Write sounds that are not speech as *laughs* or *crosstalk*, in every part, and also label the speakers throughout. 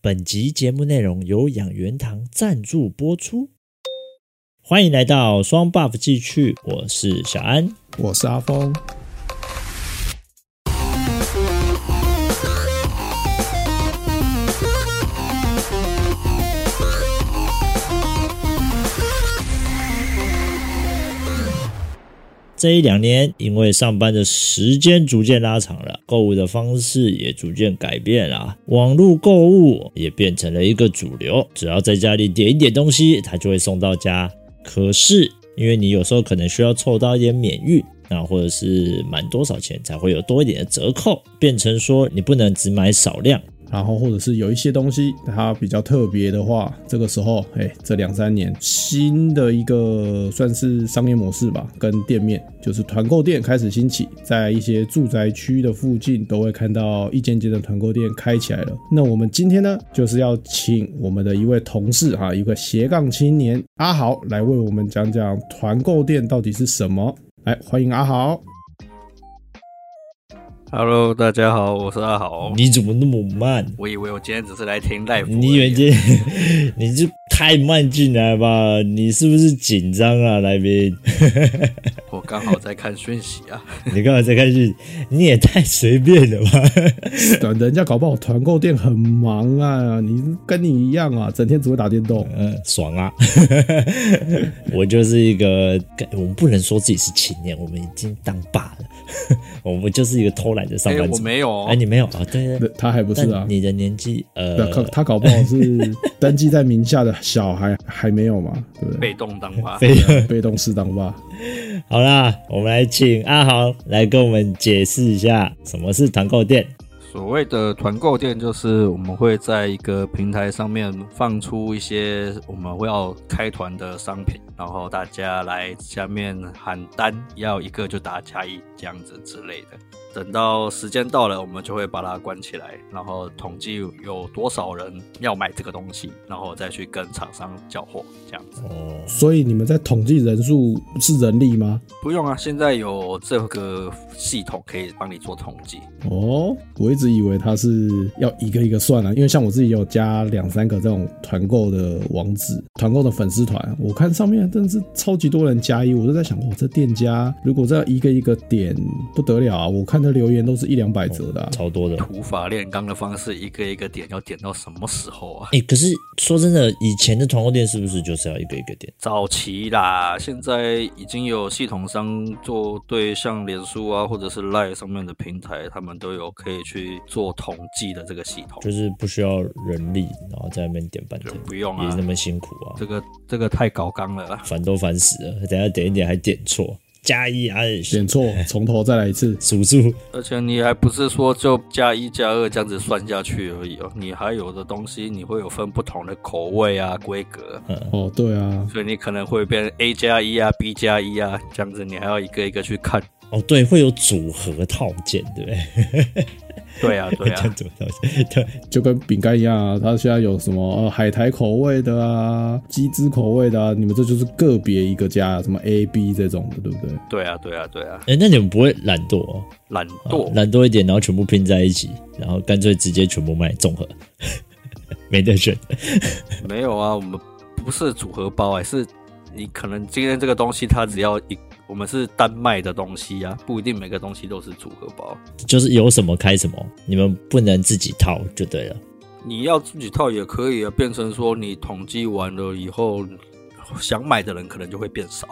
Speaker 1: 本集节目内容由养元堂赞助播出。欢迎来到双 buff 继续，我是小安。
Speaker 2: 我是阿峰，
Speaker 1: 这一两年，因为上班的时间逐渐拉长了，购物的方式也逐渐改变了，网络购物也变成了一个主流。只要在家里点一点东西，它就会送到家。可是，因为你有时候可能需要凑到一点免运，那或者是满多少钱才会有多一点的折扣，变成说你不能只买少量。
Speaker 2: 然后或者是有一些东西它比较特别的话，这个时候，哎、这两三年新的一个算是商业模式吧，跟店面就是团购店开始兴起，在一些住宅区的附近都会看到一间间的团购店开起来了。那我们今天呢，就是要请我们的一位同事哈，一个斜杠青年阿豪来为我们讲讲团购店到底是什么。来，欢迎阿豪。
Speaker 3: Hello，大家好，我是阿豪。
Speaker 1: 你怎么那么慢？
Speaker 3: 我以为我今天只是来听 live，
Speaker 1: 你以为
Speaker 3: 而已
Speaker 1: 这 *laughs* 你这太慢进来吧？你是不是紧张啊，来宾？ *laughs*
Speaker 3: 我刚好在看讯息啊。
Speaker 1: 你刚才在看剧，你也太随便了吧？ *laughs*
Speaker 2: 等人家搞不好团购店很忙啊，你跟你一样啊，整天只会打电动。
Speaker 1: 嗯，爽啊！ *laughs* 我就是一个，我们不能说自己是青年，我们已经当爸了， *laughs* 我们就是一个偷懒的 *laughs* 上
Speaker 3: 哎、
Speaker 1: 班
Speaker 3: 我
Speaker 1: 族。
Speaker 3: 没有哦，
Speaker 1: 哎、你没有啊？对对
Speaker 2: 那他还不是啊
Speaker 1: 但，你的年纪，呃，
Speaker 2: 对他他搞不好
Speaker 1: *laughs*
Speaker 2: 是登记在名下的小孩还没有嘛，对不对？
Speaker 3: 被动当
Speaker 1: *laughs*
Speaker 3: 吧。
Speaker 1: 非常
Speaker 2: 被动适当吧。
Speaker 1: 好啦，我们来请阿豪来跟我们解释一下什么是团购店。
Speaker 3: 所谓的团购店，就是我们会在一个平台上面放出一些我们会要开团的商品，然后大家来下面喊单，要一个就打加一这样子之类的。等到时间到了，我们就会把它关起来，然后统计有多少人要买这个东西，然后再去跟厂商交货这样子。
Speaker 1: 哦，
Speaker 2: 所以你们在统计人数是人力吗？
Speaker 3: 不用啊，现在有这个系统可以帮你做统计。
Speaker 2: 哦，我一直以为他是要一个一个算啊，因为像我自己有加两三个这种团购的网址、团购的粉丝团，我看上面真的是超级多人加一，我就在想，哇，这店家如果这一个一个点不得了啊！我看他留言都是一两百折的、啊，
Speaker 1: 超多的。
Speaker 3: 土法炼钢的方式，一个一个点，要点到什么时候啊？
Speaker 1: 哎、可是说真的，以前的团购店是不是就是要一个一个点？
Speaker 3: 早期啦，现在已经有系统商做对像脸书啊，或者是 Line 上面的平台，他们都有可以去做统计的这个系统，
Speaker 1: 就是不需要人力，然后在那边点半
Speaker 3: 就
Speaker 1: 天，
Speaker 3: 不用
Speaker 1: 也
Speaker 3: 啊
Speaker 1: 那。么辛苦啊，
Speaker 3: 这个这个太搞纲了啦，
Speaker 1: 烦都烦死了。等一下点一点还点错，加一啊，
Speaker 2: 点错，从头再来一次。
Speaker 1: 数数
Speaker 3: 而且你还不是说就加一加二这样子算下去而已哦，你还有的东西你会有分不同的口味啊、规格，
Speaker 2: 哦，对啊，
Speaker 3: 所以你可能会变 A 加一啊、B 加一啊这样子，你还要一个一个去看。
Speaker 1: 哦，对，会有组合套件，对不对？ *laughs*
Speaker 3: 对啊，对啊
Speaker 1: 这样，组合套件，对，
Speaker 2: 就跟饼干一样啊，它现在有什么呃海苔口味的啊，鸡汁口味的啊，你们这就是个别一个加什么 A、B 这种的，对不对？
Speaker 3: 对啊，对啊，对啊，
Speaker 1: 哎、那你们不会懒惰哦？
Speaker 3: 懒
Speaker 1: 啊
Speaker 3: 惰。
Speaker 1: 懒惰一点，然后全部拼在一起，然后干脆直接全部卖综合， *laughs* 没得选。
Speaker 3: 没有啊，我们不是组合包哎、是你可能今天这个东西它只要一，我们是单卖的东西啊，不一定每个东西都是组合包。
Speaker 1: 就是有什么开什么，你们不能自己套就对了。
Speaker 3: 你要自己套也可以啊，变成说你统计完了以后，想买的人可能就会变少。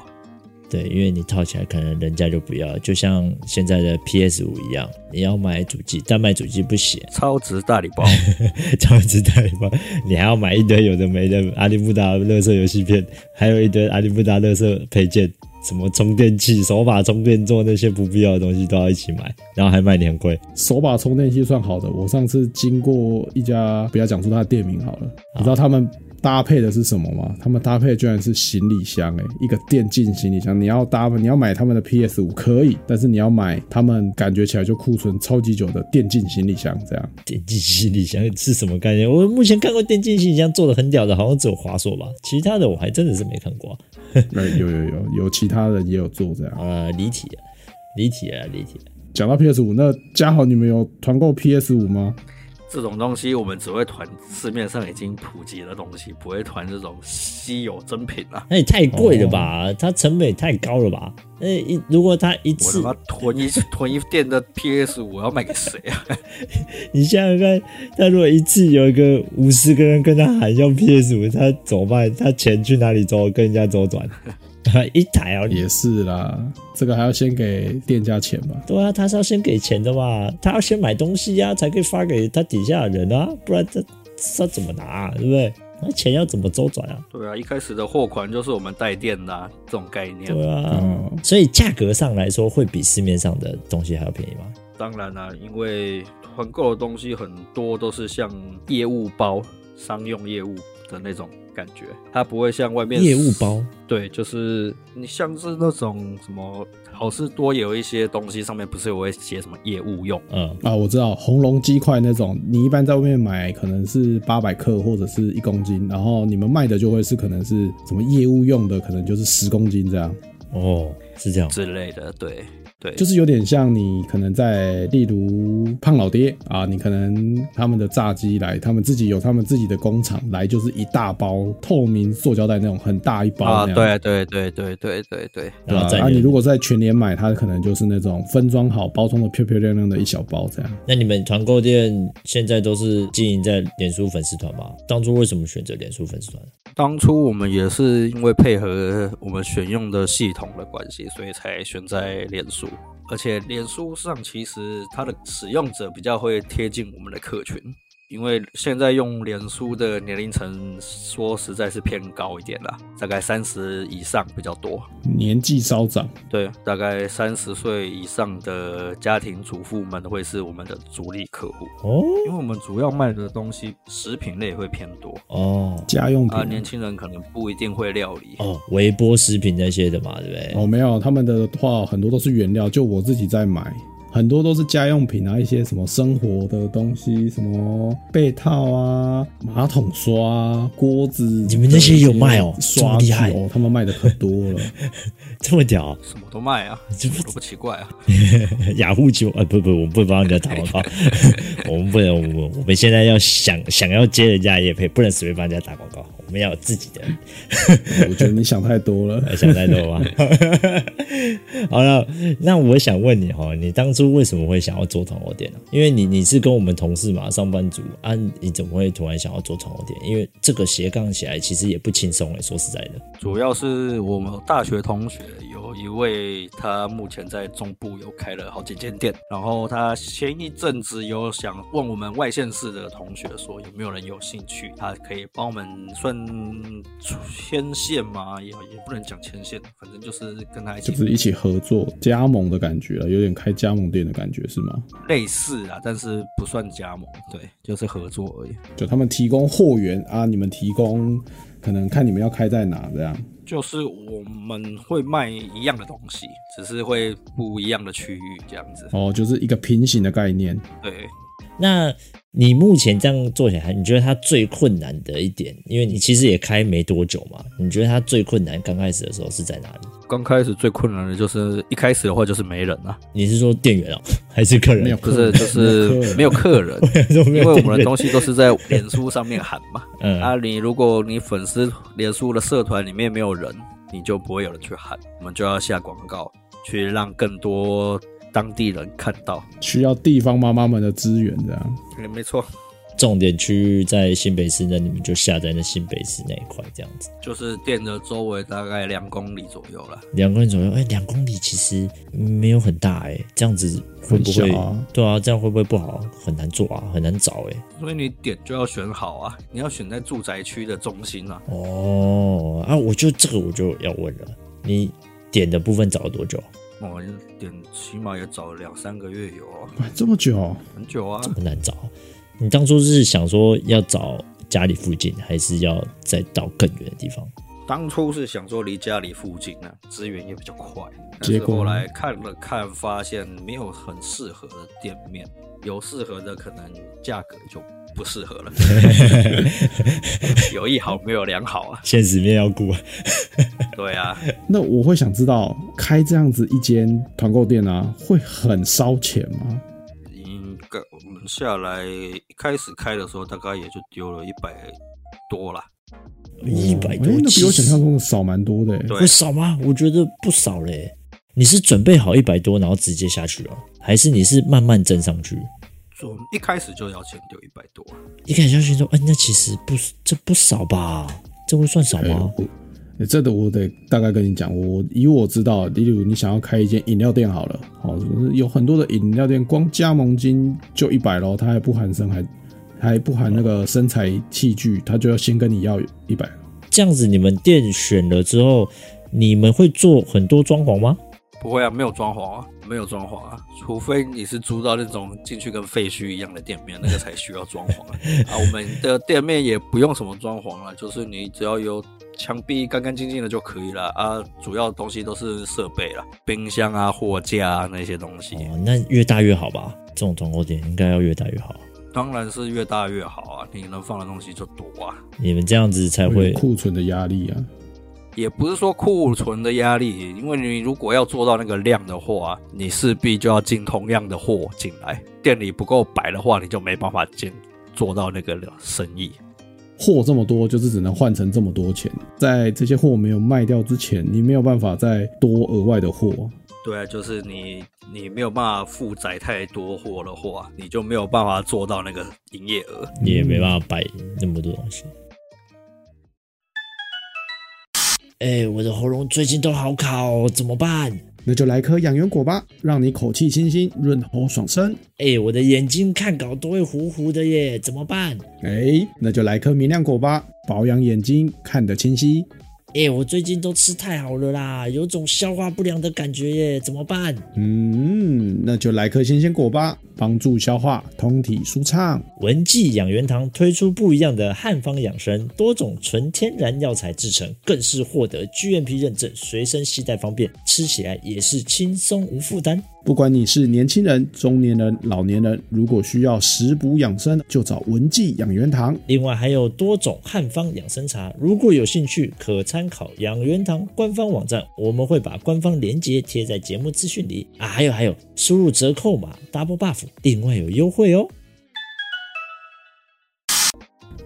Speaker 1: 对，因为你套起来，可能人家就不要，就像现在的 PS 五一样，你要买主机，但卖主机不 *laughs* 写，
Speaker 3: 超值
Speaker 1: *laughs*
Speaker 3: 大礼包，
Speaker 1: 这样子代包，你还要买一堆有的没的阿里不达乐色游戏片，还有一堆阿里不达乐色配件，什么充电器、手把充电座那些不必要的东西都要一起买，然后还卖你很贵。
Speaker 2: 手把充电器算好的，我上次经过一家，不要讲出它的店名好了，你知道他们搭配的是什么吗？他们搭配居然是行李箱、欸，一个电竞行李箱。你要搭，你要买他们的 PS 五可以，但是你要买他们感觉起来就库存超级久的电竞行李箱，这样 *laughs*
Speaker 1: 电竞行李箱是什么概念？我目前看过电竞行李箱做的很屌的，好像只有华硕吧，其他的我还真的是没看过。
Speaker 2: 呃有有有有其他人也有做这样。
Speaker 1: 呃，离题了，啊离题了，离题了。
Speaker 2: 讲到 PS 五，那嘉豪，你们有团购 PS 五吗？
Speaker 3: 这种东西我们只会团市面上已经普及的东西，不会团这种稀有珍品啊。
Speaker 1: 那也太贵了吧？它成本也太高了吧？那一如果它一
Speaker 3: 我
Speaker 1: 次
Speaker 3: 他，妈囤一囤一店的 PS 五，我要卖给谁啊？
Speaker 1: 你想想看，他如果一次有一个五十个人跟他喊要 PS 五，他怎么办？他钱去哪里周跟人家周转？一台哦，
Speaker 2: 也是啦，这个还要先给店家钱吧？
Speaker 1: 对啊，他是要先给钱的嘛，他要先买东西呀、才可以发给他底下的人啊，不然他他怎么拿、啊对不对？那钱要怎么周转啊？
Speaker 3: *laughs* 对啊，一开始的货款就是我们带电的、啊、这种概念。
Speaker 1: 对啊，
Speaker 2: 哦，
Speaker 1: 所以价格上来说，会比市面上的东西还要便宜吗？
Speaker 3: 当然啦、因为团购的东西很多都是像业务包、商用业务的那种感觉，它不会像外面
Speaker 1: 业务包
Speaker 3: 对，就是你像是那种什么好事多有一些东西上面不是有会写什么业务用，
Speaker 1: 嗯，
Speaker 2: 啊，我知道红龙鸡块那种，你一般在外面买可能是八百克或者是一公斤，然后你们卖的就会是可能是什么业务用的，可能就是十公斤这样，
Speaker 1: 哦，是这样，
Speaker 3: 之类的，对对，
Speaker 2: 就是有点像你可能在例如胖老爹啊，你可能他们的炸鸡来，他们自己有他们自己的工厂来，就是一大包透明塑胶袋那种很大一包
Speaker 3: 啊，
Speaker 2: 那样
Speaker 3: 对对对对对对对，
Speaker 1: 然后
Speaker 2: 对
Speaker 1: 再、
Speaker 2: 啊，啊你如果在全联买，它可能就是那种分装好、包装的漂漂亮亮的一小包这样。
Speaker 1: 那你们团购店现在都是经营在脸书粉丝团吗？当初为什么选择脸书粉丝团？
Speaker 3: 当初我们也是因为配合我们选用的系统的关系，所以才选在脸书。而且脸书上其实它的使用者比较会贴近我们的客群，因为现在用脸书的年龄层说实在是偏高一点啦，大概三十以上比较多。
Speaker 2: 年纪稍长，
Speaker 3: 对，大概三十岁以上的家庭主妇们会是我们的主力客户，
Speaker 1: 哦
Speaker 3: 因为我们主要卖的东西食品类会偏多
Speaker 1: 哦
Speaker 2: 家用品
Speaker 3: 啊，年轻人可能不一定会料理。
Speaker 1: 哦，微波食品那些的嘛，对不对？
Speaker 2: 哦，没有，他们的话很多都是原料，就我自己在买，很多都是家用品啊，一些什么生活的东西，什么被套啊、马桶刷啊、锅子，你
Speaker 1: 们那些有卖哦这么
Speaker 2: 刷
Speaker 1: 厉害
Speaker 2: 子哦，他们卖的可多
Speaker 1: *laughs*
Speaker 2: 了。
Speaker 1: 这么屌，
Speaker 3: 什么都
Speaker 2: *laughs*
Speaker 3: 卖啊，
Speaker 1: 这
Speaker 3: 什
Speaker 1: 不
Speaker 3: 么都不奇怪啊。
Speaker 1: 雅虎酒啊，不不，我们不帮人家打广告，我们不能，我们我们现在要想想要接人家的业配，不能随便帮人家打广告，我们要有自己的。
Speaker 2: 我觉得你想太多了。
Speaker 1: 想太多吧。 *laughs* 好了，那我想问你哈，你当初为什么会想要做团购店呢、啊因为你你是跟我们同事嘛，上班族啊，你怎么会突然想要做团购店？因为这个斜杠起来其实也不轻松诶，说实在的。
Speaker 3: 主要是我们大学同学有一位，他目前在中部有开了好几间店，然后他前一阵子有想问我们外县市的同学说有没有人有兴趣，他可以帮我们算牵线吗？也也不能讲牵线，反正就是跟他一起
Speaker 2: 就是一起合作加盟的感觉了，有点开加盟店的感觉是吗？
Speaker 3: 类似啊，但是不算加盟，对，就是合作而已。
Speaker 2: 就他们提供货源啊，你们提供，可能看你们要开在哪这样。
Speaker 3: 就是我们会卖一样的东西，只是会不一样的区域这样子。
Speaker 2: 哦，就是一个平行的概念。
Speaker 3: 对，
Speaker 1: 那你目前这样做起来，你觉得它最困难的一点，因为你其实也开没多久嘛，你觉得它最困难刚开始的时候是在哪里？
Speaker 3: 刚开始最困难的就是一开始的话就是没人
Speaker 1: *laughs*
Speaker 3: 啊，
Speaker 1: 你是说店员哦， *laughs* 还是客人？
Speaker 2: 没有
Speaker 3: 不
Speaker 2: 客
Speaker 3: 是
Speaker 2: 人，
Speaker 3: 就是没
Speaker 2: 没
Speaker 3: 有客人，
Speaker 1: *laughs* 都没有店员，
Speaker 3: 因为我们的东西都是在脸书上面喊嘛。
Speaker 1: 嗯
Speaker 3: 啊，你如果你粉丝脸书的社团里面没有人，你就不会有人去喊，我们就要下广告去让更多当地人看到。
Speaker 2: 需要地方妈妈们的资源这样。
Speaker 3: 哎没错，
Speaker 1: 重点区域在新北市，那你们就下在那新北市那一块这样子，
Speaker 3: 就是店的周围大概两公里左右了。
Speaker 1: 两公里左右。哎、两公里其实没有很大哎、这样子会不
Speaker 2: 很
Speaker 1: 会
Speaker 2: 小？啊
Speaker 1: 对啊，这样会不会不好？很难做啊，很难找哎、
Speaker 3: 所以你点就要选好啊，你要选在住宅区的中心啊。
Speaker 1: 哦，啊，我就这个我就要问了，你点的部分找了多久？
Speaker 3: 我哦点起码也找了两三个月有、啊，
Speaker 2: 哇，这么久，哦
Speaker 3: 很久啊。
Speaker 1: 很难找。你当初是想说要找家里附近，还是要再到更远的地方？
Speaker 3: 当初是想说离家里附近呢、资源也比较快，但
Speaker 2: 结
Speaker 3: 是
Speaker 2: 果呢
Speaker 3: 后来看了看，发现没有很适合的店面，有适合的可能价格就不适合
Speaker 2: *laughs*
Speaker 3: 了。有一好没有两好啊，
Speaker 1: 现实面要顾啊。
Speaker 3: 对啊，
Speaker 2: 那我会想知道，开这样子一间团购店啊，会很烧钱吗？
Speaker 3: 应概我们下来一开始开的时候，大概也就丢了一百多啦。
Speaker 1: 一百多
Speaker 2: 哎，那比我
Speaker 1: 其实
Speaker 2: 想象中的少蛮多的、欸。
Speaker 3: 对
Speaker 1: 会少吗？我觉得不少嘞。你是准备好一百多，然后直接下去了，还是你是慢慢增上去？
Speaker 3: 就一开始就要先丢一百多啊，
Speaker 1: 一开始相信说，哎、那其实不这不少吧？这会算少
Speaker 2: 哎
Speaker 1: 吗？
Speaker 2: 我哎这个我得大概跟你讲，我以我知道，例如你想要开一间饮料店好了，哦，有很多的饮料店，光加盟金就一百咯，它还不含生还还不含那个生产器具，它就要先跟你要一百。
Speaker 1: 这样子你们店选了之后，你们会做很多装潢吗？
Speaker 3: 不会啊，没有装潢啊，没有装潢啊，除非你是租到那种进去跟废墟一样的店面，那个才需要装潢啊。 *laughs* 啊，我们的店面也不用什么装潢了，就是你只要有墙壁干干净净的就可以了啊。主要东西都是设备啦，冰箱啊、货架啊那些东西，
Speaker 1: 哦，那越大越好吧？这种团购店应该要越大越好，
Speaker 3: 当然是越大越好啊，你能放的东西就多啊。
Speaker 1: 你们这样子才
Speaker 2: 会
Speaker 1: 会
Speaker 2: 有库存的压力啊。
Speaker 3: 也不是说库存的压力，因为你如果要做到那个量的话，你势必就要进同样的货进来，店里不够摆的话，你就没办法进做到那个生意。
Speaker 2: 货这么多，就是只能换成这么多钱。在这些货没有卖掉之前，你没有办法再多额外的货啊。
Speaker 3: 对啊，就是你你没有办法负载太多货的话，你就没有办法做到那个营业额。
Speaker 1: 也没办法摆那么多东西。哎、我的喉咙最近都好卡哦，怎么办？
Speaker 2: 那就来颗养元果吧，让你口气清新，润喉爽身。
Speaker 1: 哎、我的眼睛看稿都会糊糊的耶，怎么办？
Speaker 2: 哎，那就来颗明亮果吧，保养眼睛，看得清晰。
Speaker 1: 哎、我最近都吃太好了啦，有种消化不良的感觉耶，怎么办？
Speaker 2: 嗯，哎那就来颗新鲜果吧，帮助消化，通体舒畅。
Speaker 1: 文记养元堂推出不一样的汉方养生，多种纯天然药材制成，更是获得 GMP 认证，随身携带方便，吃起来也是轻松无负担。
Speaker 2: 不管你是年轻人、中年人、老年人，如果需要食补养生，就找文记养元堂。
Speaker 1: 另外还有多种汉方养生茶，如果有兴趣，可参考养元堂官方网站，我们会把官方链接贴在节目资讯里啊。还有还有，输入折扣码 double buff，另外有优惠哦。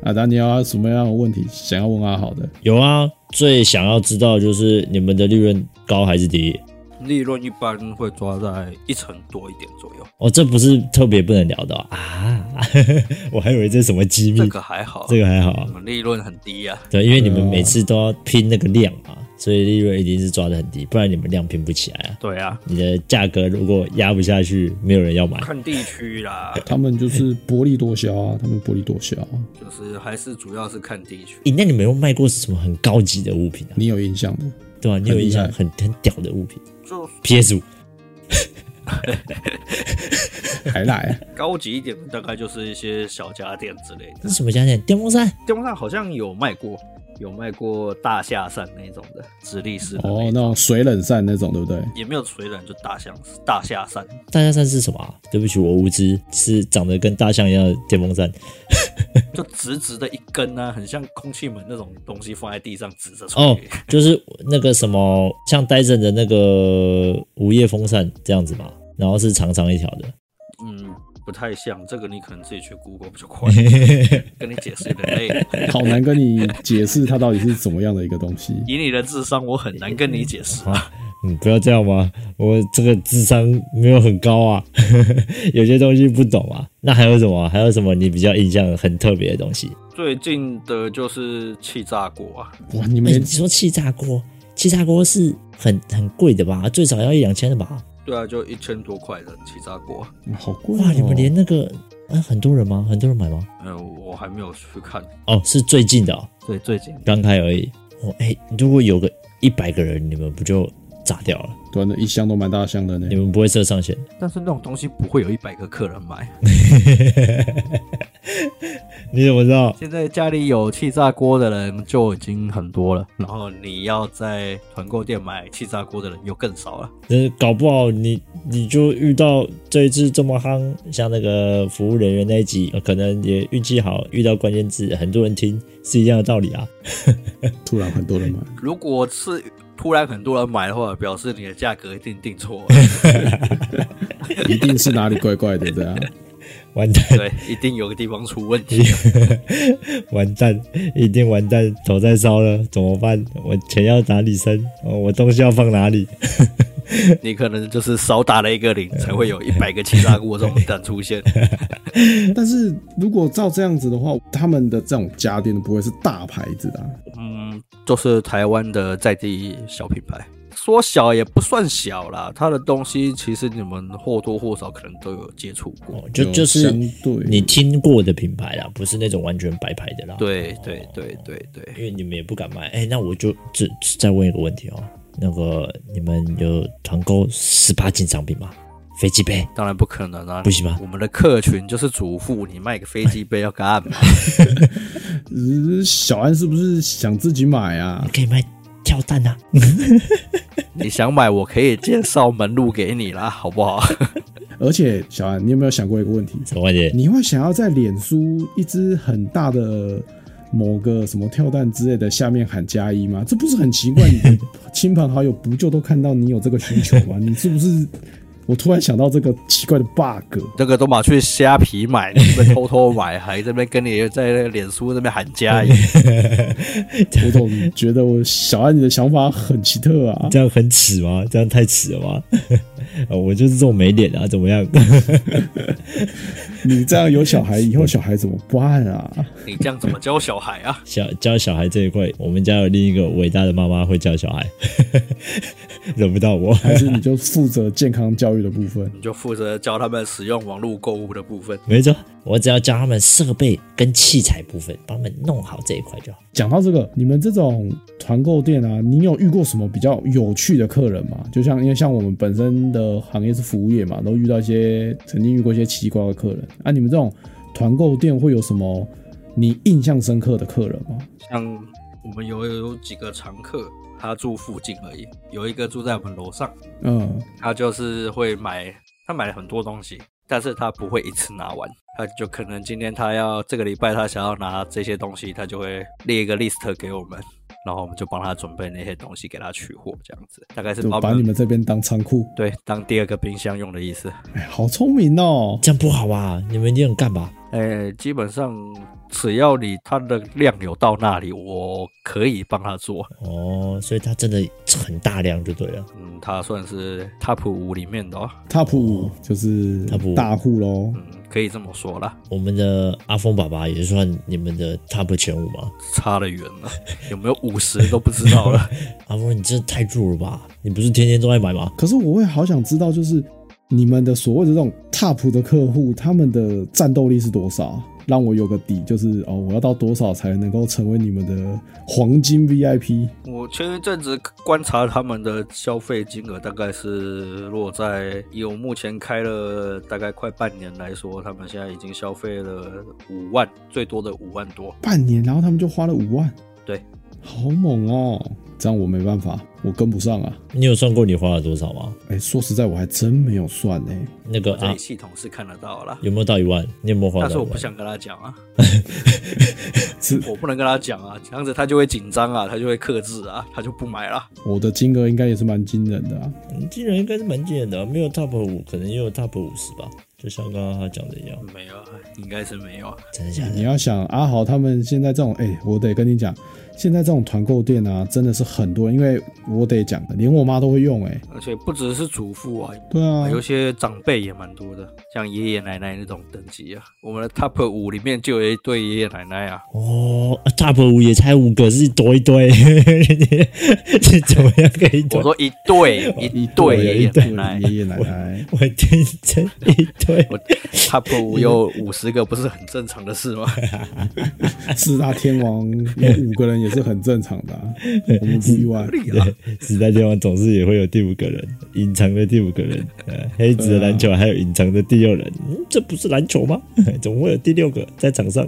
Speaker 2: 阿达，你啊有什么样的问题想要问阿好的？
Speaker 1: 有啊，最想要知道就是你们的利润高还是低？
Speaker 3: 利润一般会抓在一成多一点左右，
Speaker 1: 哦，这不是特别不能聊的哦啊， *laughs* 我还以为这是什么机密，
Speaker 3: 嗯这个还好，
Speaker 1: 这个还好
Speaker 3: 我
Speaker 1: 啊。
Speaker 3: 们利润很低啊。
Speaker 1: 对，因为你们
Speaker 2: 对啊
Speaker 1: 每次都要拼那个量嘛，
Speaker 2: 嗯
Speaker 1: 所以利润一定是抓的很低，不然你们量拼不起来啊。
Speaker 3: 对啊，
Speaker 1: 你的价格如果压不下去，没有人要买。
Speaker 2: 嗯
Speaker 3: 看地区啦，
Speaker 2: 他们
Speaker 1: 哎
Speaker 2: 就是薄利多销啊，他们薄利多销啊、
Speaker 3: 就是还是主要是看地区。
Speaker 1: 咦，那你们有卖过什么很高级的物品啊？
Speaker 2: 你有印象的？
Speaker 1: 对吧、你有印象
Speaker 2: 很厉害嗯
Speaker 1: 很很屌的物品
Speaker 3: 就是
Speaker 1: ？PS 五
Speaker 2: 还来？啊
Speaker 1: *laughs*
Speaker 3: 高级一点的大概就是一些小家电之类的
Speaker 1: 是。什么家电？电风扇？
Speaker 3: 电风扇好像有卖过，有卖过大下扇那种的，直立式的那
Speaker 2: 哦，
Speaker 3: 种
Speaker 2: 那种水冷扇那种，对不对？
Speaker 3: 也没有水冷，就大象大下扇。
Speaker 1: 大象扇是什么、啊？对不起，我无知，是长得跟大象一样的电风扇。
Speaker 3: 就直直的一根啊，很像空气门那种东西放在地上直着吹。
Speaker 1: 哦，就是那个什么，像戴森的那个无叶风扇这样子嘛，然后是长长一条的。
Speaker 3: 嗯，不太像，这个你可能自己去 Google 比较快，跟你解释有点累。
Speaker 2: 好难跟你解释它到底是怎么样的一个东西。
Speaker 3: 以你的智商，我很难跟你解释。
Speaker 1: 嗯，不要这样嘛，我这个智商没有很高啊， *laughs* 有些东西不懂啊。那还有什么？还有什么你比较印象很特别的东西？
Speaker 3: 最近的就是气炸锅啊，
Speaker 2: 哇，你们
Speaker 1: 哎
Speaker 2: 也
Speaker 1: 你说气炸锅，气炸锅是很很贵的吧？最少要一两千的吧？
Speaker 3: 对啊，就一千多块的气炸锅。
Speaker 2: 好贵、
Speaker 1: 哎
Speaker 2: 哦、
Speaker 1: 哇，你们连那个，嗯，很多人吗？很多人买吗？
Speaker 3: 嗯，我还没有去看。
Speaker 1: 哦，是最近的、哦，
Speaker 3: 对，最近
Speaker 1: 刚开而已。哦，哎、如果有个一百个人，你们不就炸掉了？
Speaker 2: 端啊的一箱都蛮大箱的呢
Speaker 1: 你。们不会设上限？
Speaker 3: 但是那种东西不会有一百个客人买。
Speaker 1: 你怎么知道？
Speaker 3: 现在家里有气炸锅的人就已经很多了，然后你要在团购店买气炸锅的人又更少了。
Speaker 1: 呃，搞不好你你就遇到这一次这么夯，像那个服务人员那一集，呃可能也运气好，遇到关键字，很多人听是一样的道理啊。
Speaker 2: 突然很多人买，
Speaker 3: 如果是突然很多人买的话，表示你的价格一定定错了。
Speaker 2: 一定是哪里怪怪的这样。啊
Speaker 1: 完蛋， *laughs*
Speaker 3: 对，一定有个地方出问题。
Speaker 1: 完蛋，一定完蛋，头在烧了，怎么办？我钱要哪里生？哦我东西要放哪里？
Speaker 3: 你可能就是少打了一个零，才会有一百个七大姑这种蛋出现。
Speaker 2: 但是如果照这样子的话，他们的这种家电都不会是大牌子的啊、
Speaker 3: 嗯，就是台湾的在地小品牌，说小也不算小啦，它的东西其实你们或多或少可能都有接触过。
Speaker 1: 哦就
Speaker 2: 有
Speaker 1: 就是
Speaker 2: 相对
Speaker 1: 你听过的品牌啦，不是那种完全白牌的啦。，
Speaker 3: 对对对对对，
Speaker 1: 因为你们也不敢卖。哎、那我就这再问一个问题哦，那个你们有团购十八禁商品吗？飞机杯
Speaker 3: 当然不可能啊，
Speaker 1: 不行吗
Speaker 3: 我们的客群就是主妇，你卖个飞机杯要干嘛？ *laughs*
Speaker 2: 呃小安是不是想自己买啊？
Speaker 1: 可以卖跳蛋啊，
Speaker 3: 你想买，我可以介绍门路给你啦，好不好？ *laughs*
Speaker 2: 而且小安，你有没有想过一个问题？
Speaker 1: 什么玩意？
Speaker 2: 你会想要在脸书一只很大的某个什么跳蛋之类的下面喊加一吗？这不是很奇怪？你的亲朋好友不就都看到你有这个需求吗？你是不是？我突然想到这个奇怪的 bug，
Speaker 3: 这个都马去虾皮买，你们偷偷买，还这边跟你在那个脸书那边喊
Speaker 1: *laughs*
Speaker 3: 加一，
Speaker 2: 我总觉得我小安你的想法很奇特啊。
Speaker 1: 这样很耻吗？ *laughs* 这样太耻了吧？呃我就是这种没脸啊，怎么样？ *laughs*
Speaker 2: 你这样有小孩，以后小孩怎么办啊？
Speaker 3: 你这样怎么教小孩啊？
Speaker 1: 小教小孩这一块，我们家有另一个伟大的妈妈会教小孩， *laughs* 轮不到我。
Speaker 2: 还是你就负责健康教育的部分？
Speaker 3: 你就负责教他们使用网络购物的部分。
Speaker 1: 没错，我只要教他们设备跟器材部分，帮他们弄好这一块就好。
Speaker 2: 讲到这个，你们这种团购店啊，你有遇过什么比较有趣的客人吗？就像因为像我们本身的行业是服务业嘛，都遇到一些曾经遇过一些奇奇怪怪的客人啊。你们这种团购店会有什么你印象深刻的客人吗？
Speaker 3: 像我们有有几个常客，他住附近而已，有一个住在我们楼上，
Speaker 1: 呃
Speaker 2: 嗯，
Speaker 3: 他就是会买，他买了很多东西，但是他不会一次拿完，他就可能今天他要这个礼拜他想要拿这些东西，他就会列一个 list 给我们，然后我们就帮他准备那些东西给他取货，这样子大概是
Speaker 2: 就
Speaker 3: 帮
Speaker 2: 把
Speaker 3: 我
Speaker 2: 你们这边当仓库，
Speaker 3: 对当第二个冰箱用的意思。
Speaker 2: 哎，好聪明哦！
Speaker 1: 这样不好吧？你们一定很干吧？
Speaker 3: 呃，基本上只要你它的量有到那里，我可以帮他做。
Speaker 1: 哦，所以他真的很大量就对了。
Speaker 3: 嗯，它算是 Top 五里面的、哦，
Speaker 2: Top 五就是
Speaker 1: Top 五
Speaker 2: 大户喽，
Speaker 3: 嗯，可以这么说啦，
Speaker 1: 我们的阿峰爸爸也算你们的 top 前五吗？
Speaker 3: 差得远了，有没有五十都不知道了。
Speaker 1: 阿峰，你这太弱了吧？你不是天天都在买吗？
Speaker 2: 可是我会好想知道，就是你们的所谓的这种 top 的客户，他们的战斗力是多少啊？让我有个底，就是哦，我要到多少才能够成为你们的黄金 VIP？
Speaker 3: 我前一阵子观察他们的消费金额，大概是落在以我目前开了大概快半年来说，他们现在已经消费了五万，最多的五万多。
Speaker 2: 半年，然后他们就花了五万，
Speaker 3: 对，
Speaker 2: 好猛哦！这样我没办法，我跟不上啊。
Speaker 1: 你有算过你花了多少吗？
Speaker 2: 哎，说实在，我还真没有算哎呢。
Speaker 1: 那个
Speaker 3: 这
Speaker 1: 啊
Speaker 3: 里，系统是看得到啦。
Speaker 1: 有没有到一万？你有没有花
Speaker 3: 但是
Speaker 1: 到
Speaker 3: 我
Speaker 1: 一
Speaker 3: 不
Speaker 1: 万？
Speaker 3: 想跟他讲啊
Speaker 2: 是，
Speaker 3: 我不能跟他讲啊，这样子他就会紧张啊，他就会克制啊，他就不买了。
Speaker 2: 我的金额应该也是蛮惊人的啊。
Speaker 1: 你竟然应该是蛮惊人的啊、没有 top 五，可能也有 top 五十吧。就像刚刚他讲的一样，
Speaker 3: 没有，啊应该是没有啊。
Speaker 1: 真的假
Speaker 2: 你
Speaker 1: 的？
Speaker 2: 要想阿豪他们现在这种，哎、我得跟你讲，现在这种团购店啊，真的是很多，因为我得讲，连我妈都会用、哎，
Speaker 3: 而且不只是主妇啊，
Speaker 2: 对啊，
Speaker 3: 有些长辈也蛮多的，像爷爷奶奶那种等级啊。我们的 Top 五里面就有一对爷爷奶奶啊，
Speaker 1: 哦啊，top 五也才五个，是多一堆， *laughs* 你是怎么样可以多？
Speaker 3: 我说一对一对
Speaker 2: 有
Speaker 3: 爷
Speaker 2: 一
Speaker 3: 爷
Speaker 2: 对
Speaker 3: 奶奶
Speaker 2: 爷。爷奶 *laughs* 奶，
Speaker 1: 我听成一堆，
Speaker 3: 我 Top 五有五十个，不是很正常的事吗？
Speaker 2: 四大天王有五个人也是很正常的、 *laughs* 啊，我们不意外。
Speaker 1: 时代天王总是也会有第五个人，隐藏的第五个人，呃，黑子的篮球还有隐藏的第六人，嗯，这不是篮球吗？怎么会有第六个在场上？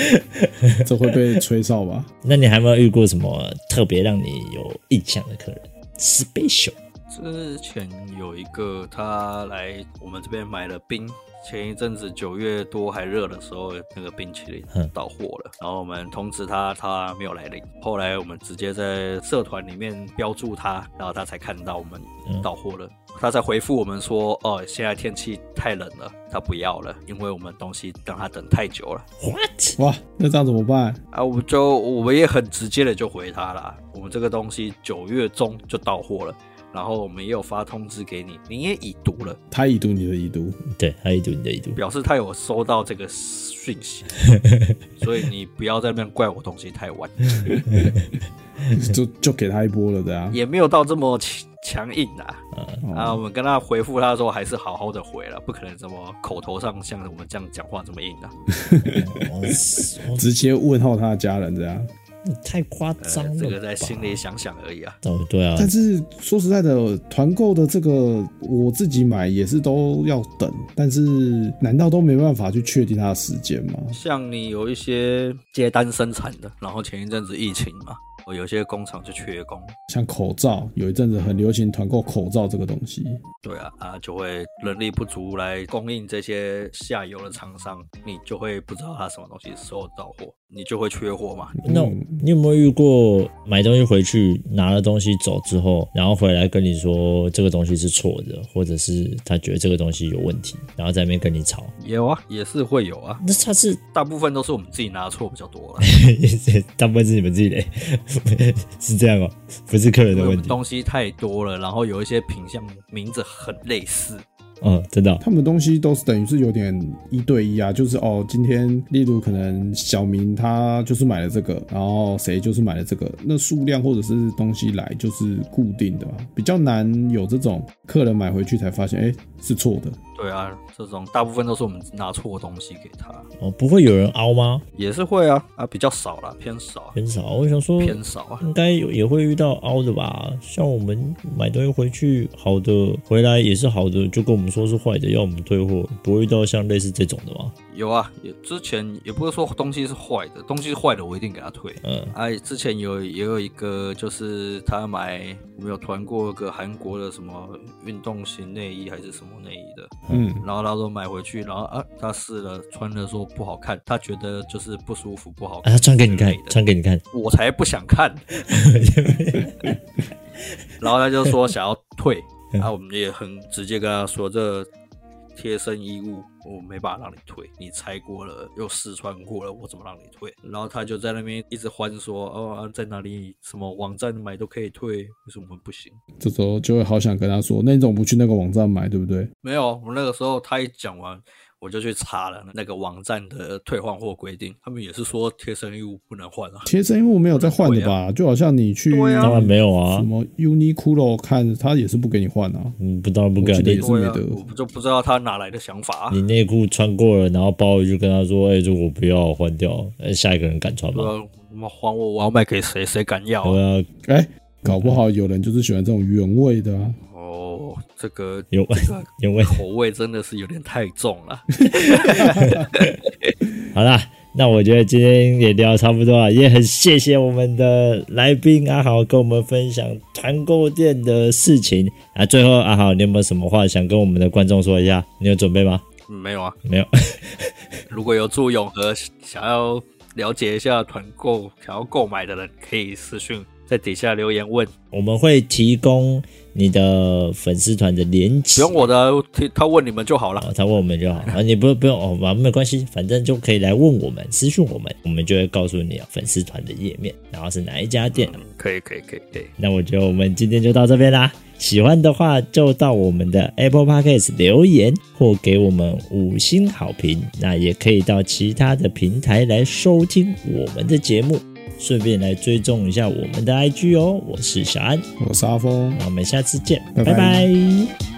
Speaker 1: *laughs*
Speaker 2: 这会被吹哨吧？
Speaker 1: 那你还有没有遇过什么特别让你有印象的客人？special
Speaker 3: 之前有一个他来我们这边买了冰，前一阵子九月多还热的时候，那个冰淇淋
Speaker 1: 嗯
Speaker 3: 到货了，然后我们通知他，他没有来领。后来我们直接在社团里面标注他，然后他才看到我们
Speaker 1: 嗯
Speaker 3: 到货了。他才回复我们说：“哦，现在天气太冷了，他不要了，因为我们东西让他等太久了。
Speaker 1: What？
Speaker 2: 哇，那这样怎么办？
Speaker 3: 啊，我们就我们也很直接的就回他啦，我们这个东西九月中就到货了，然后我们也有发通知给你，你也已读了，
Speaker 2: 他已读你的已 *laughs* 读，
Speaker 1: 对，他一读你的一
Speaker 3: *laughs*
Speaker 1: 读，
Speaker 3: 表示他有收到这个讯
Speaker 1: *laughs*
Speaker 3: 息，所以你不要在那边怪我东西太晚，
Speaker 2: 就就给他一波了的啊。
Speaker 3: *laughs* 也没有到这么强强硬啊。
Speaker 1: 嗯
Speaker 2: 哦
Speaker 3: 啊，我们跟他回复他的时候还是好好的回了，不可能这么口头上像我们这样讲话这么硬的、啊
Speaker 1: 哇塞哇
Speaker 2: 直接问候他的家人这样。
Speaker 1: 你哦太夸张
Speaker 3: 呃，
Speaker 1: 了吧，
Speaker 3: 这个在心里想想而已啊。
Speaker 1: 哦，对啊，
Speaker 2: 但是说实在的，团购的这个我自己买也是都要等，但是难道都没办法去确定它的时间吗？
Speaker 3: 像你有一些接单生产的，然后前一阵子疫情嘛，我有些工厂就缺工，
Speaker 2: 像口罩，有一阵子很流行团购口罩这个东西，
Speaker 3: 对啊，啊就会人力不足来供应这些下游的厂商，你就会不知道他什么东西时候到货，你就会缺货嘛。
Speaker 1: 那你有没有遇过买东西回去拿了东西走之后，然后回来跟你说这个东西是错的，或者是他觉得这个东西有问题，然后在那边跟你吵？ *laughs*
Speaker 3: 有啊，也是会有啊，
Speaker 1: 那他是 *laughs*
Speaker 3: 大部分都是我们自己拿错比较多了，
Speaker 1: 大部分是你们自己的， *laughs* 是这样哦、不是客人
Speaker 3: 因
Speaker 1: 的
Speaker 3: 为我
Speaker 1: 问
Speaker 3: 们
Speaker 1: 题。
Speaker 3: 东西太多了，然后有一些品相名字很类似，
Speaker 1: 嗯，真的哦、
Speaker 2: 他们东西都是等于是有点一对一啊，就是哦，今天例如可能小明他就是买了这个，然后谁就是买了这个，那数量或者是东西来就是固定的啊，比较难有这种客人买回去才发现，哎、是错的。
Speaker 3: 对啊，这种大部分都是我们拿错东西给他，
Speaker 1: 哦，不会有人凹吗？
Speaker 3: 也是会啊，啊比较少啦，偏少啊，
Speaker 1: 很少，我想说。
Speaker 3: 偏少啊。
Speaker 1: 应该有也会遇到凹的吧？像我们买东西回去，好的回来也是好的，就跟我们说是坏的，要我们退货，不会遇到像类似这种的吧？
Speaker 3: 有啊，也之前也不是说东西是坏的，东西是坏的我一定给他退。
Speaker 1: 嗯，
Speaker 3: 哎、之前有也有一个，就是他买我们有团过一个韩国的什么运动型内衣还是什么内衣的，
Speaker 2: 嗯，
Speaker 3: 然后他说买回去，然后啊他试了穿了说不好看，他觉得就是不舒服不好
Speaker 1: 啊，
Speaker 3: 看。
Speaker 1: 他穿给你看
Speaker 3: 之类，的
Speaker 1: 穿给你看，
Speaker 3: 我才不想看。然后他就说想要退，啊，我们也很直接跟他说，这贴身衣物我没办法让你退，你拆过了又试穿过了，我怎么让你退？然后他就在那边一直欢说，哦，啊、在哪里什么网站买都可以退，为什么我们不行？
Speaker 2: 这时候就会好想跟他说，那你怎么不去那个网站买，对不对？
Speaker 3: 没有，我那个时候他一讲完。我就去查了那个网站的退换货规定，他们也是说贴身衣物不能换啊。
Speaker 2: 贴身衣物没有再换的
Speaker 3: 对啊
Speaker 2: 吧？就好像你去
Speaker 3: 对啊
Speaker 1: 当然没有
Speaker 2: 什
Speaker 1: 啊，
Speaker 2: 么 Uniqlo 看，他也是不给你换啊。
Speaker 1: 嗯，不当然不敢
Speaker 2: 我记。得
Speaker 1: 你
Speaker 2: 也是没
Speaker 3: 对啊
Speaker 2: 得，
Speaker 3: 我就不知道他哪来的想法、啊
Speaker 1: 你内裤穿过了，然后包回去跟他说：“哎、这个我不要，换掉。哎，下一个人敢穿吗？
Speaker 3: 说他妈还我，我要卖给谁？谁敢要啊、
Speaker 1: 对啊，
Speaker 2: 哎、搞不好有人就是喜欢这种原味的啊。
Speaker 3: 哦，这个
Speaker 1: 有
Speaker 3: 这个
Speaker 1: 有问 *laughs*
Speaker 3: 口味真的是有点太重了。 *laughs*
Speaker 1: 好啦，那我觉得今天也聊得差不多了，也很谢谢我们的来宾阿豪跟我们分享团购店的事情啊。最后，阿豪，你有没有什么话想跟我们的观众说一下？你有准备吗？
Speaker 3: 嗯没有啊，
Speaker 1: 没有。 *laughs*
Speaker 3: 如果有住永和想要了解一下团购、想要购买的人，可以私讯在底下留言问，
Speaker 1: 我们会提供你的粉丝团的连
Speaker 3: 不
Speaker 1: 接。
Speaker 3: 用我的，他他问你们就好了。
Speaker 1: 哦，他问我们
Speaker 2: *laughs*
Speaker 1: 就好啊，你不不用哦，啊没关系，反正就可以来问我们，私讯我们，我们就会告诉你啊粉丝团的页面，然后是哪一家店。
Speaker 3: 嗯，可以，可以，可以，可以。
Speaker 1: 那我觉得我们今天就到这边啦，喜欢的话就到我们的 Apple Podcast 留言或给我们五星好评，那也可以到其他的平台来收听我们的节目，顺便来追踪一下我们的 IG 哦。我是小安，
Speaker 2: 我是阿峰，
Speaker 1: 那我们下次见，
Speaker 2: 拜拜
Speaker 1: 拜拜